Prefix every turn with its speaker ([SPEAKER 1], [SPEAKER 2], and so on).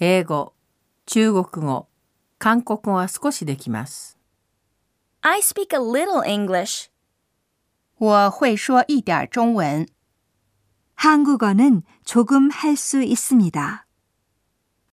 [SPEAKER 1] 英語、中国語、韓国語は少しできます。
[SPEAKER 2] I speak a little English.
[SPEAKER 3] 我会说一点中文。
[SPEAKER 4] 한국어는 조금 할 수 있습니다.